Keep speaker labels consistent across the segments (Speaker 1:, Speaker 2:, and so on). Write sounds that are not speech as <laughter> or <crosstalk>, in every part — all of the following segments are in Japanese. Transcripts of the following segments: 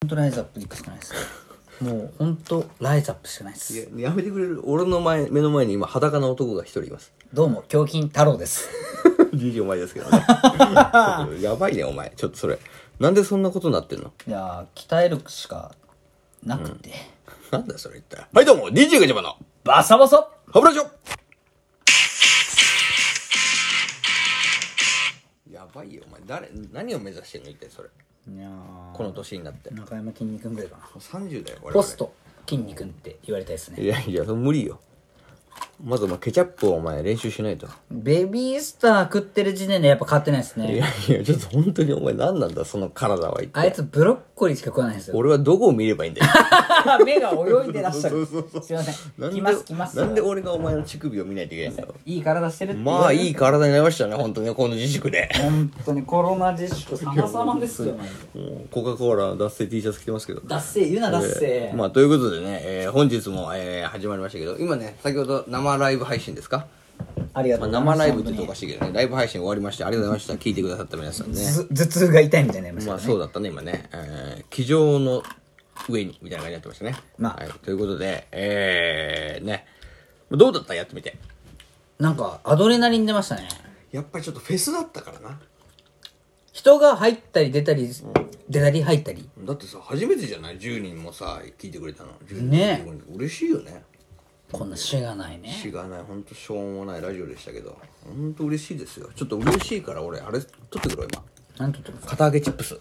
Speaker 1: 本当ライズアップに行くしかないですもう本当ライズアップしかないです
Speaker 2: いややめてくれる俺の前目の前に今裸の男が一人います <laughs>
Speaker 1: どうも胸筋太郎です
Speaker 2: じじいお前ですけどね <laughs> やばいねお前ちょっとそれなんでそんなことになってんの
Speaker 1: いやー鍛えるしかなくて、
Speaker 2: なんだよそれ一体はいどうも DJ がジャパンの
Speaker 1: バサバサ
Speaker 2: ハブラジオやばいよお前誰何を目指してんの一体それ
Speaker 1: いや
Speaker 2: この年になっても
Speaker 1: ー中山筋肉ぐらいかな
Speaker 2: う30だよ俺
Speaker 1: ポスト筋肉って言われたいですね
Speaker 2: いやいやそれ無理よまずお前ケチャップをお前練習しないと
Speaker 1: ベビースター食ってる時点でやっぱ変わってないです
Speaker 2: い
Speaker 1: ね
Speaker 2: やいやちょっと本当にお前何なんだその体は一
Speaker 1: あ
Speaker 2: 体
Speaker 1: いつブロッコリーしか食わないんですよ
Speaker 2: 俺はどこを見ればいいんだよ
Speaker 1: <laughs> 目が泳いでらっしゃる <laughs> すいませ
Speaker 2: なん
Speaker 1: ん
Speaker 2: で
Speaker 1: 来ます来ます
Speaker 2: なんで俺がお前の乳首を見ないといけないんだろ
Speaker 1: いい体してるっ
Speaker 2: う
Speaker 1: て
Speaker 2: まあい
Speaker 1: い
Speaker 2: い体になりましたね本当にこの自粛で
Speaker 1: 本当にコロナ自粛様々です <laughs> よ
Speaker 2: もうコカ・コーラ脱製 T シャツ着てますけど
Speaker 1: 脱せ言うな脱せ
Speaker 2: えーまあということでね、えー本日も、えー始まりましたけど今ね先ほど生ライブ配信ですか、
Speaker 1: ありが
Speaker 2: ま
Speaker 1: と
Speaker 2: あ、
Speaker 1: うございます
Speaker 2: 生ライブって言うとおかしいけどねライブ配信終わりましてありがとうございました聞いてくださった皆さんね
Speaker 1: ず頭痛が痛いみたいになりました
Speaker 2: ま
Speaker 1: け
Speaker 2: あ
Speaker 1: ど
Speaker 2: そうだったね今ね、えー、机上の上にみたいな感じになってましたね、
Speaker 1: まあ
Speaker 2: はい、ということでえー、ねどうだったやってみて
Speaker 1: なんかアドレナリン出ましたね
Speaker 2: やっぱりちょっとフェスだったからな
Speaker 1: 人が入ったり出たり出たり入ったり
Speaker 2: だってさ初めてじゃない10人もさ聞いてくれたの10人
Speaker 1: ね
Speaker 2: 15人嬉しいよね
Speaker 1: こんなしがないね
Speaker 2: 違がない本当しょうもないラジオでしたけど本当嬉しいですよちょっと嬉しいから俺あれ取ってくろ今
Speaker 1: なんと言っても
Speaker 2: 片揚げチップス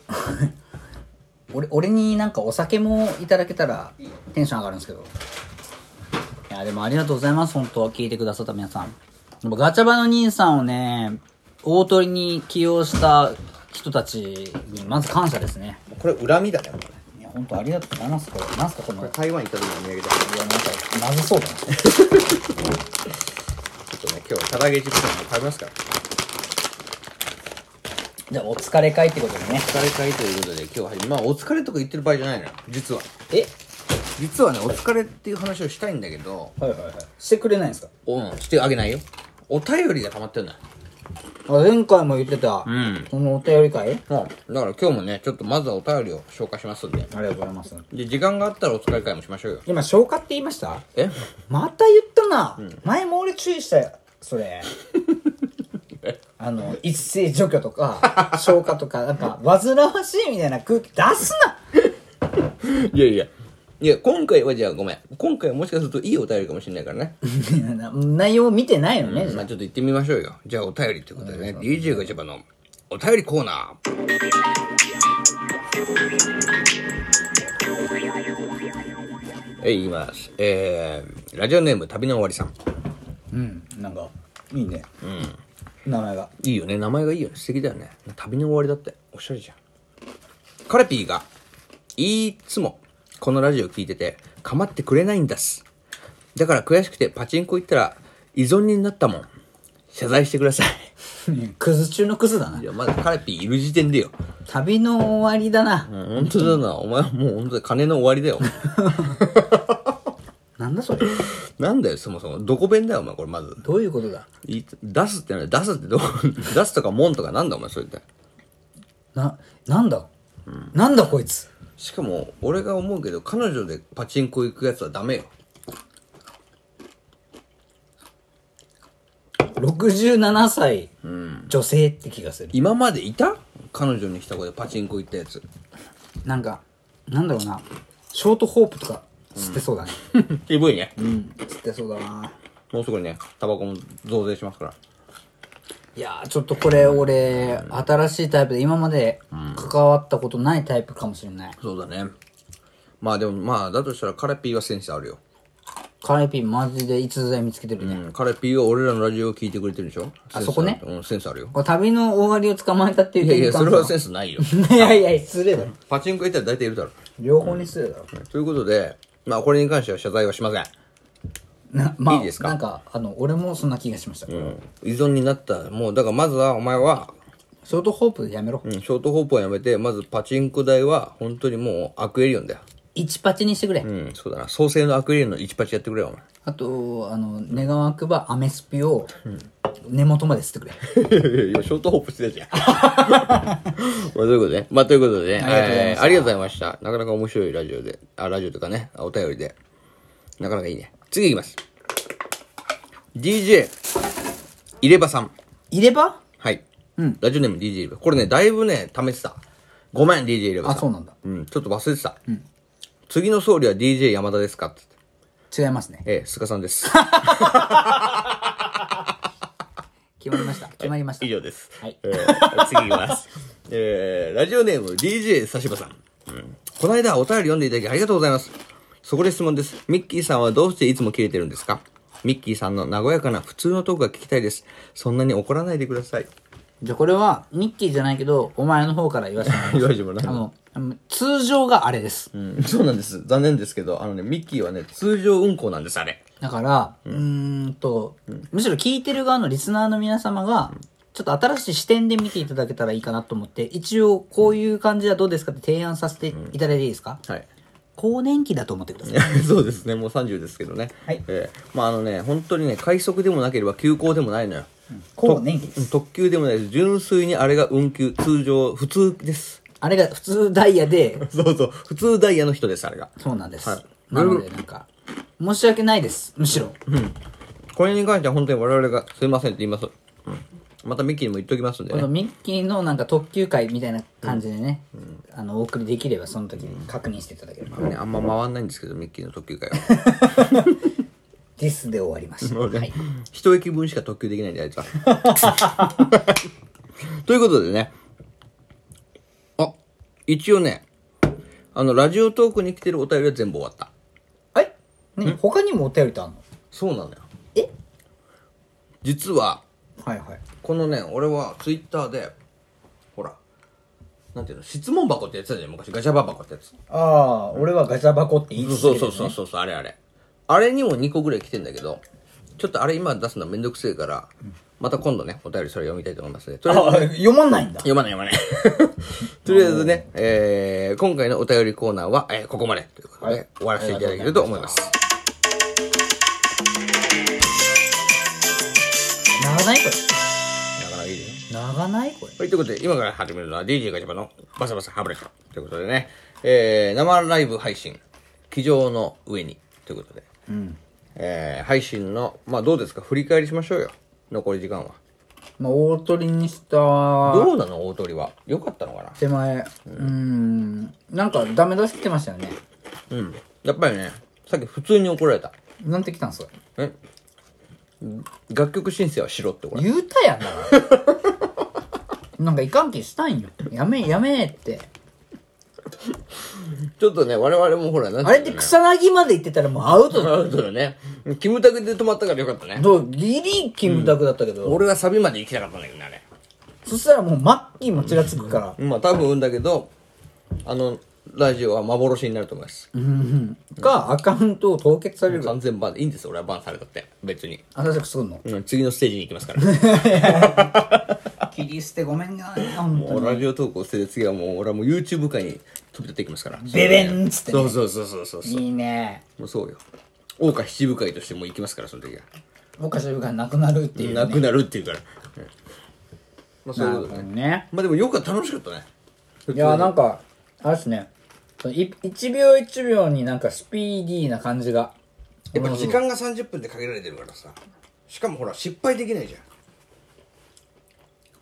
Speaker 1: 俺俺になんかお酒もいただけたらテンション上がるんですけどいやでもありがとうございます本当聞いてくださった皆さんでもガチャバの兄さんをね大鳥に起用した人たちにまず感謝ですね
Speaker 2: これ恨みだねもうね
Speaker 1: いや本当ありがとうございますこれなんすかこのいや
Speaker 2: 台湾行った時のお土産だ
Speaker 1: なんかまずそうだな
Speaker 2: ちょっとね今日は片揚げチップスも食べますから
Speaker 1: じゃあお疲れ会ってことでね
Speaker 2: お疲れ会ということで今日はまあお疲れとか言ってる場合じゃないのよ実は
Speaker 1: え
Speaker 2: 実はねお疲れっていう話をしたいんだけど
Speaker 1: はいはいはいしてくれないんですか
Speaker 2: うんしてあげないよお便りが溜まってるのよ
Speaker 1: あ前回も言ってた、
Speaker 2: ん
Speaker 1: このお便り会あり
Speaker 2: うんだから今日もねちょっとまずはお便りを紹介しますんで
Speaker 1: がとうございます
Speaker 2: で時間があったらお疲れ会もしましょうよ
Speaker 1: 今消化って言いました
Speaker 2: え
Speaker 1: また言ったな、前も俺注意したよそれあの一斉除去と <laughs> か消化とかなんか煩わしいみたいな空気出すない
Speaker 2: や <laughs> いやいや今回はじゃあごめん今回はもしかするといいお便りかもしれないからね、
Speaker 1: な内容を見てないのね、
Speaker 2: まあちょっと行ってみましょうよじゃあお便りということでね DJ が一番のお便りコーナーえい言いますえー、ラジオネーム旅の終わりさん
Speaker 1: うんなんかいいね、名前が
Speaker 2: いいよね名前がいいよね素敵だよね旅の終わりだっておしゃれじゃんカラピーがいつもこのラジオ聞いてて構ってくれないんですだから悔しくてパチンコ行ったら依存になったもん謝罪してください
Speaker 1: クズ中のクズだない
Speaker 2: やまだカラピ <laughs> ーいる時点でよ
Speaker 1: 旅の終わりだな、
Speaker 2: うん本当だなお前はもう本当に金の終わりだよ <laughs>
Speaker 1: なんだそれ
Speaker 2: なんだよそもそもどこ弁だよお前これまず
Speaker 1: どういうことだ
Speaker 2: い出すってなんだよ出すってどう <laughs> 出すとかもんとかなんだお前それって
Speaker 1: ななんだ、なんだこいつ
Speaker 2: しかも俺が思うけど彼女でパチンコ行くやつはダメよ
Speaker 1: 67歳、女性って気がする
Speaker 2: 今までいた彼女にした子でパチンコ行ったやつ
Speaker 1: なんか、なんだろうな、ショートホープとか、吸ってそうだね。
Speaker 2: <laughs> エブいね
Speaker 1: うん、吸ってそうだな。
Speaker 2: もうすぐねタバコも増税しますから
Speaker 1: いやー、ちょっとこれ、俺、新しいタイプで、今まで関わったことないタイプかもしれない。
Speaker 2: そうだねまあでもまあだとしたらカレピーはセンスあるよ、
Speaker 1: カレピンマジで逸材見つけてる
Speaker 2: う
Speaker 1: ね。
Speaker 2: ん、カレピーは俺らのラジオを聞いてくれてるでしょ
Speaker 1: あそこね
Speaker 2: センスあるうんセンスあるよ
Speaker 1: これ旅の終わりを捕まえたっていう
Speaker 2: いやいやそれはセ
Speaker 1: い
Speaker 2: ンス <laughs> ないよ
Speaker 1: や <laughs> いやいや、失礼だろ。
Speaker 2: パチンコ行ったら大体いるだろ
Speaker 1: 両方に失礼だろ。
Speaker 2: うということでまあこれに関しては謝罪はしません、
Speaker 1: な、まあ、
Speaker 2: いいですか
Speaker 1: なんか、あの、俺もそんな気がしました。
Speaker 2: うん、依存になったもうだからまずはお前は
Speaker 1: ショートホープやめろ。
Speaker 2: うん、ショートホープをやめて、まずパチンコ台は、本当にもう、アクエリオンだよ。
Speaker 1: 一パチにしてくれ。
Speaker 2: うん、そうだな。創生のアクエリオンの一パチやってくれよ、お前。
Speaker 1: あと、あの、願わくばアメスピを根元まで吸ってくれ。
Speaker 2: <laughs> いや、ショートホップしてたじゃ
Speaker 1: <laughs>
Speaker 2: ん。まあ、そういうことね。まあ、ということでね。
Speaker 1: ありがとうございました
Speaker 2: えーありがとうございました。なかなか面白いラジオで、あ、ラジオとかね、あお便りで。なかなかいいね。次いきます。DJ、入れ歯さん。
Speaker 1: いれば
Speaker 2: はい。ラジオネーム DJ 入れ歯。これね、だいぶね、試してた。ごめん、DJ 入れ歯さん。
Speaker 1: あそうなんだ。
Speaker 2: うん、ちょっと忘れてた。次の総理は DJ 山田ですかって
Speaker 1: 違いますね。
Speaker 2: ええ、菅さんです。
Speaker 1: 決まりました。決まりました。
Speaker 2: 以上です。
Speaker 1: はい
Speaker 2: えー次いきます。えーラジオネーム DJ サシバさん。うんこの間はお便り読んでいただきありがとうございます。そこで質問です。ミッキーさんはどうしていつも切れてるんですかミッキーさんの和やかな普通のトークが聞きたいです。そんなに怒らないでください。
Speaker 1: じゃあこれは、ミッキーじゃないけど、お前の方から言わせてもらいます
Speaker 2: 岩島
Speaker 1: あの、あの通常があれです。
Speaker 2: うん、そうなんです。残念ですけど、あのね、ミッキーはね、通常運行なんです、あれ。
Speaker 1: だから、うーんと、むしろ聞いてる側のリスナーの皆様が、ちょっと新しい視点で見ていただけたらいいかなと思って、一応こういう感じはどうですかって提案させていただいていいですか、
Speaker 2: はい。
Speaker 1: 更年期だと思ってください。
Speaker 2: <laughs> そうですね、もう30ですけどね。
Speaker 1: はい
Speaker 2: ええまああのね、本当にね、快速でもなければ急行でもないのよ。
Speaker 1: 更年期で
Speaker 2: うん
Speaker 1: す。
Speaker 2: 特急でもないです。純粋にあれが運休、通常、普通です。
Speaker 1: あれが普通ダイヤで、
Speaker 2: <laughs> そうそう。普通ダイヤの人です、あれが。
Speaker 1: そうなんです。
Speaker 2: はい
Speaker 1: なのでなんか、申し訳ないです。むしろ。
Speaker 2: これに関しては本当に我々がすいませんって言います。うん。またミッキーにも言っときますんで
Speaker 1: こ
Speaker 2: ね
Speaker 1: の。ミッキーのなんか特急会みたいな感じでね、あの、お送りできればその時に確認していただければ。
Speaker 2: あのね、あんま回んないんですけど、ミッキーの特急会は。
Speaker 1: ですで終わりました。
Speaker 2: もうね
Speaker 1: はい。
Speaker 2: <laughs> 一駅分しか特急できないんで、あいつは。 <laughs> ということでね。あ、一応ね、あの、ラジオトークに来てるお便りは全部終わった。
Speaker 1: はいね、他にもお便りってあんの
Speaker 2: そうなのよ。
Speaker 1: え
Speaker 2: 実は、
Speaker 1: はいはい。
Speaker 2: このね、俺はツイッターで、ほら、なんていうの、質問箱ってやつだじゃん、昔。ガチャバ箱ってやつ。
Speaker 1: ああ、俺はガチャ箱って言い
Speaker 2: そうそうそうそうそう、あれあれ。あれにも2個ぐらい来てんだけど、ちょっとあれ今出すのめんどくせえから、また今度ね、お便りそれ読みたいと思いますね。とりあえず
Speaker 1: ああ、読まないんだ。
Speaker 2: 読まない読まない。 <laughs> とりあえずね、えー、今回のお便りコーナーは、えー、ここまでということで、
Speaker 1: はい
Speaker 2: 終わらせていただけると思います。
Speaker 1: 長ないこ
Speaker 2: なかなかいいね。
Speaker 1: れ。長ないこれ。
Speaker 2: はい、ということで、今から始めるのは DJ ガチャバのバサバサハブレットということでね、えー、生ライブ配信、机上の上にということで、
Speaker 1: うん。
Speaker 2: えー、配信の、まあどうですか、振り返りしましょうよ。残り時間は。
Speaker 1: まあ、大鳥にした
Speaker 2: どうなの大鳥は。よかったのかな
Speaker 1: 手前、うーん、なんかダメ出し来てましたよね。
Speaker 2: うん。やっぱりね、さっき普通に怒られた。
Speaker 1: なんて来たんすか
Speaker 2: え楽曲申請はしろってこれ。
Speaker 1: 言うたやんな。なんかいかんきしたんよ。やめ、やめって。
Speaker 2: ちょっとね、我々もほら、なんて
Speaker 1: あれ
Speaker 2: いう
Speaker 1: っ
Speaker 2: の
Speaker 1: て草薙まで行ってたらもうアウトだ。
Speaker 2: アウトだね。キムタクで止まったからよかったね。
Speaker 1: どうギリキムタクだったけど、
Speaker 2: 俺はサビまで行きたかったんだけどね、あれ。
Speaker 1: そしたらもうマッキーもちらつくから。
Speaker 2: まあ多分だけど、あの、ラジオは幻になると思います。
Speaker 1: うんうん。か、アカウントを凍結されるか。
Speaker 2: 3000番でいいんです、俺はバンされたって。別に。
Speaker 1: 新しくするの
Speaker 2: うん次のステージに行きま
Speaker 1: <laughs>
Speaker 2: すから。
Speaker 1: 切り捨てごめんがね、本
Speaker 2: もうラジオ投稿して次はもう、俺はもう YouTube 界に飛び立っていきますから。
Speaker 1: ベベンっつってね
Speaker 2: そうそうそうそうそう。
Speaker 1: いいね。
Speaker 2: もうそうよ。大岡七部会としてもう行きますから、その時は。
Speaker 1: 僕たちがなくなるっていう、ね。
Speaker 2: なくなるっていうから。うんまあそうい
Speaker 1: な
Speaker 2: う
Speaker 1: る
Speaker 2: こ
Speaker 1: ほ
Speaker 2: と
Speaker 1: ど
Speaker 2: でね。
Speaker 1: ね。
Speaker 2: まあでもよく楽しかったね。
Speaker 1: いや、なんか、あれっすね。そのい一秒一秒になんかスピーディーな感じが。
Speaker 2: やっぱ時間が30分で限られてるからさしかもほら失敗できないじゃん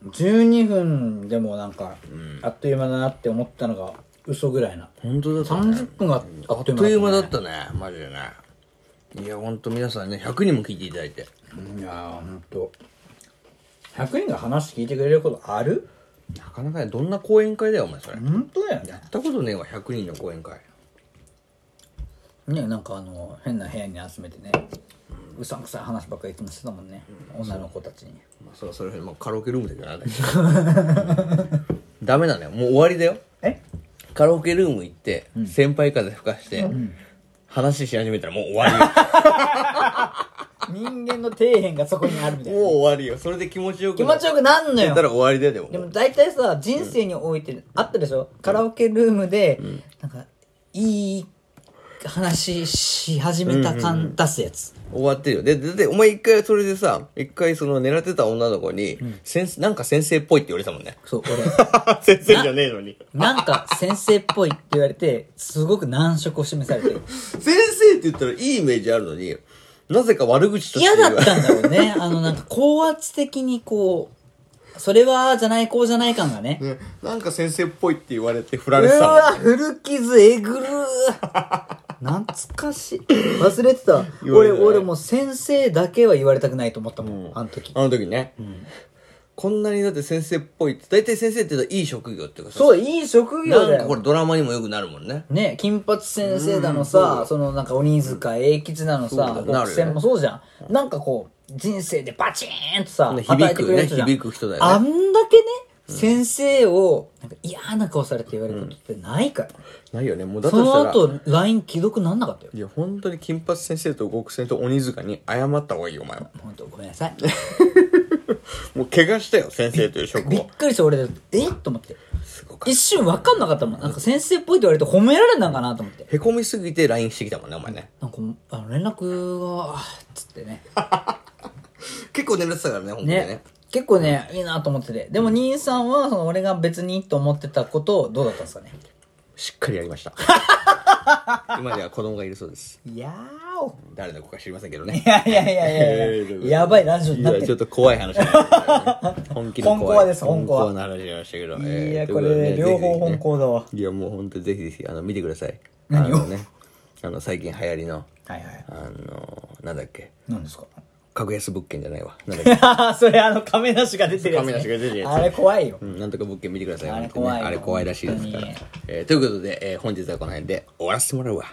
Speaker 1: 12分でもなんか、あっという間だなって思ったのが嘘ぐらいな。
Speaker 2: 本当だ
Speaker 1: 30分があ
Speaker 2: あ
Speaker 1: っ
Speaker 2: っ
Speaker 1: と
Speaker 2: とい
Speaker 1: いう
Speaker 2: う
Speaker 1: 間
Speaker 2: 間
Speaker 1: だっ
Speaker 2: だったねマジでねいや本当皆さんね100人も聞いていただいて
Speaker 1: たね。いやー、ほんと。100人が話聞いてくれることある
Speaker 2: なかなかねどんな講演会だよお前それや
Speaker 1: ほんとだよね。
Speaker 2: ったことねえわ100人の講演会
Speaker 1: ねなんかあの変な部屋に集めてねうさんくさい話ばっかりいつもしてたもんね、女の子たちに
Speaker 2: まあそうそれもうカラオケルームだけどなあれダメだねもう終わりだよ
Speaker 1: え
Speaker 2: カラオケルーム行って、先輩風吹かして、話し始めたらもう終わりよ
Speaker 1: 人間の底辺がそこにあるみたい <laughs>
Speaker 2: もう
Speaker 1: な
Speaker 2: 終わりよそれで気持ちよく
Speaker 1: 気持ちよくなんの
Speaker 2: やったら
Speaker 1: よ
Speaker 2: 終わりだよでも
Speaker 1: でも大体さ人生においてあったでしょ、カラオケルームで、なんかいい話し始めた感出すやつ、
Speaker 2: 終わってるよ。で、で、で、お前一回それでさ、一回その狙ってた女の子に、先生、なんか先生っぽいって言われたもんね。
Speaker 1: そう、俺。
Speaker 2: <laughs> 先生じゃねえのに。
Speaker 1: <laughs> なんか先生っぽいって言われて、すごく難色を示されて。
Speaker 2: 先生って言ったらいいイメージあるのに、なぜか悪口として
Speaker 1: 嫌
Speaker 2: 言
Speaker 1: だ
Speaker 2: う
Speaker 1: ったんだろうね。あの、なんか高圧的にこう、それは、じゃない、こうじゃない感がね。
Speaker 2: ねなんか先生っぽいって言われて振ら
Speaker 1: う
Speaker 2: れてたもん
Speaker 1: わ、古傷えぐる <laughs> ー懐か <laughs> しい。忘れてた。
Speaker 2: 言われ
Speaker 1: 俺、
Speaker 2: るね
Speaker 1: 俺もう先生だけは言われたくないと思ったもん、あの時。
Speaker 2: あの時ね。こんなにだって先生っぽいって、大体先生って言ったらいい職業っていうかさ
Speaker 1: そう、いい職業
Speaker 2: な
Speaker 1: だ
Speaker 2: んかこ
Speaker 1: よ。
Speaker 2: れドラマにもよくなるもんね。
Speaker 1: ね、金八先生だのさ、そのなんか鬼塚英吉だの
Speaker 2: そうだ
Speaker 1: さ、
Speaker 2: よなるよね
Speaker 1: 国選もそうじゃん。なんかこう、人生でバチーンとさ、
Speaker 2: ね
Speaker 1: 与えてくれる
Speaker 2: 響く
Speaker 1: 人
Speaker 2: ね
Speaker 1: じゃん
Speaker 2: 響く人だよね
Speaker 1: あんだけね、先生を、なんか嫌な顔されて言われることってないから。
Speaker 2: ないよね。もうだと
Speaker 1: そ
Speaker 2: し
Speaker 1: の
Speaker 2: たら。
Speaker 1: 後、LINE 既読なんなかったよ。
Speaker 2: いや、本当に金八先生と極戦と鬼塚に謝った方がいいよ、お前は。
Speaker 1: 本当ごめんな
Speaker 2: <laughs>
Speaker 1: さい。
Speaker 2: もう怪我したよ、先生という職
Speaker 1: びっ
Speaker 2: を。
Speaker 1: くりして俺で、えっと思って。
Speaker 2: すごかっ
Speaker 1: 一瞬分かんなかったもん。なんか先生っぽいって言われて褒められたんかなと思って。
Speaker 2: た。へこみすぎて LINE してきたもんね、お前ね。
Speaker 1: なんか、あの連絡が、あーっつってね。
Speaker 2: 結構眠ってたからね、本当にね。
Speaker 1: ね。結構ね、いいなと思ってて。でも、兄さんは、その俺が別にと思ってたことをどうだったんですかね。
Speaker 2: しっかりや
Speaker 1: <laughs>
Speaker 2: りました。今では子供がいるそうです。
Speaker 1: いやーお。
Speaker 2: 誰の子か知りませんけどね
Speaker 1: い。やいやいやいやいや、 <laughs> やばいラジオになって
Speaker 2: いやちょっ
Speaker 1: る。
Speaker 2: と怖い話にな
Speaker 1: <laughs>
Speaker 2: ってるね本気の怖い
Speaker 1: 本コアです本コア
Speaker 2: の話になりましたけど
Speaker 1: い
Speaker 2: え
Speaker 1: や、こ
Speaker 2: ー
Speaker 1: と
Speaker 2: いう
Speaker 1: れ、
Speaker 2: とで
Speaker 1: 両方本校だわ
Speaker 2: ぜ。ひねいやもう本当にぜひぜひあの見てください
Speaker 1: 何を
Speaker 2: あのねあの最近流行りの
Speaker 1: はいはい。
Speaker 2: あのなんだっけ
Speaker 1: 何ですか
Speaker 2: 格安物件じゃないわな
Speaker 1: <laughs>
Speaker 2: んだっけ
Speaker 1: それ、あの、亀梨が出てるやつ、ね。
Speaker 2: 亀梨が出てるやつ
Speaker 1: あれ怖いよ
Speaker 2: う。ん、なんとか物件見てください
Speaker 1: あれ
Speaker 2: 本当
Speaker 1: 怖
Speaker 2: にね
Speaker 1: いよ
Speaker 2: あれ怖いらしいですか
Speaker 1: 本
Speaker 2: ら
Speaker 1: 当に、
Speaker 2: えーということで、えー本日はこの辺で終わらせてもらうわ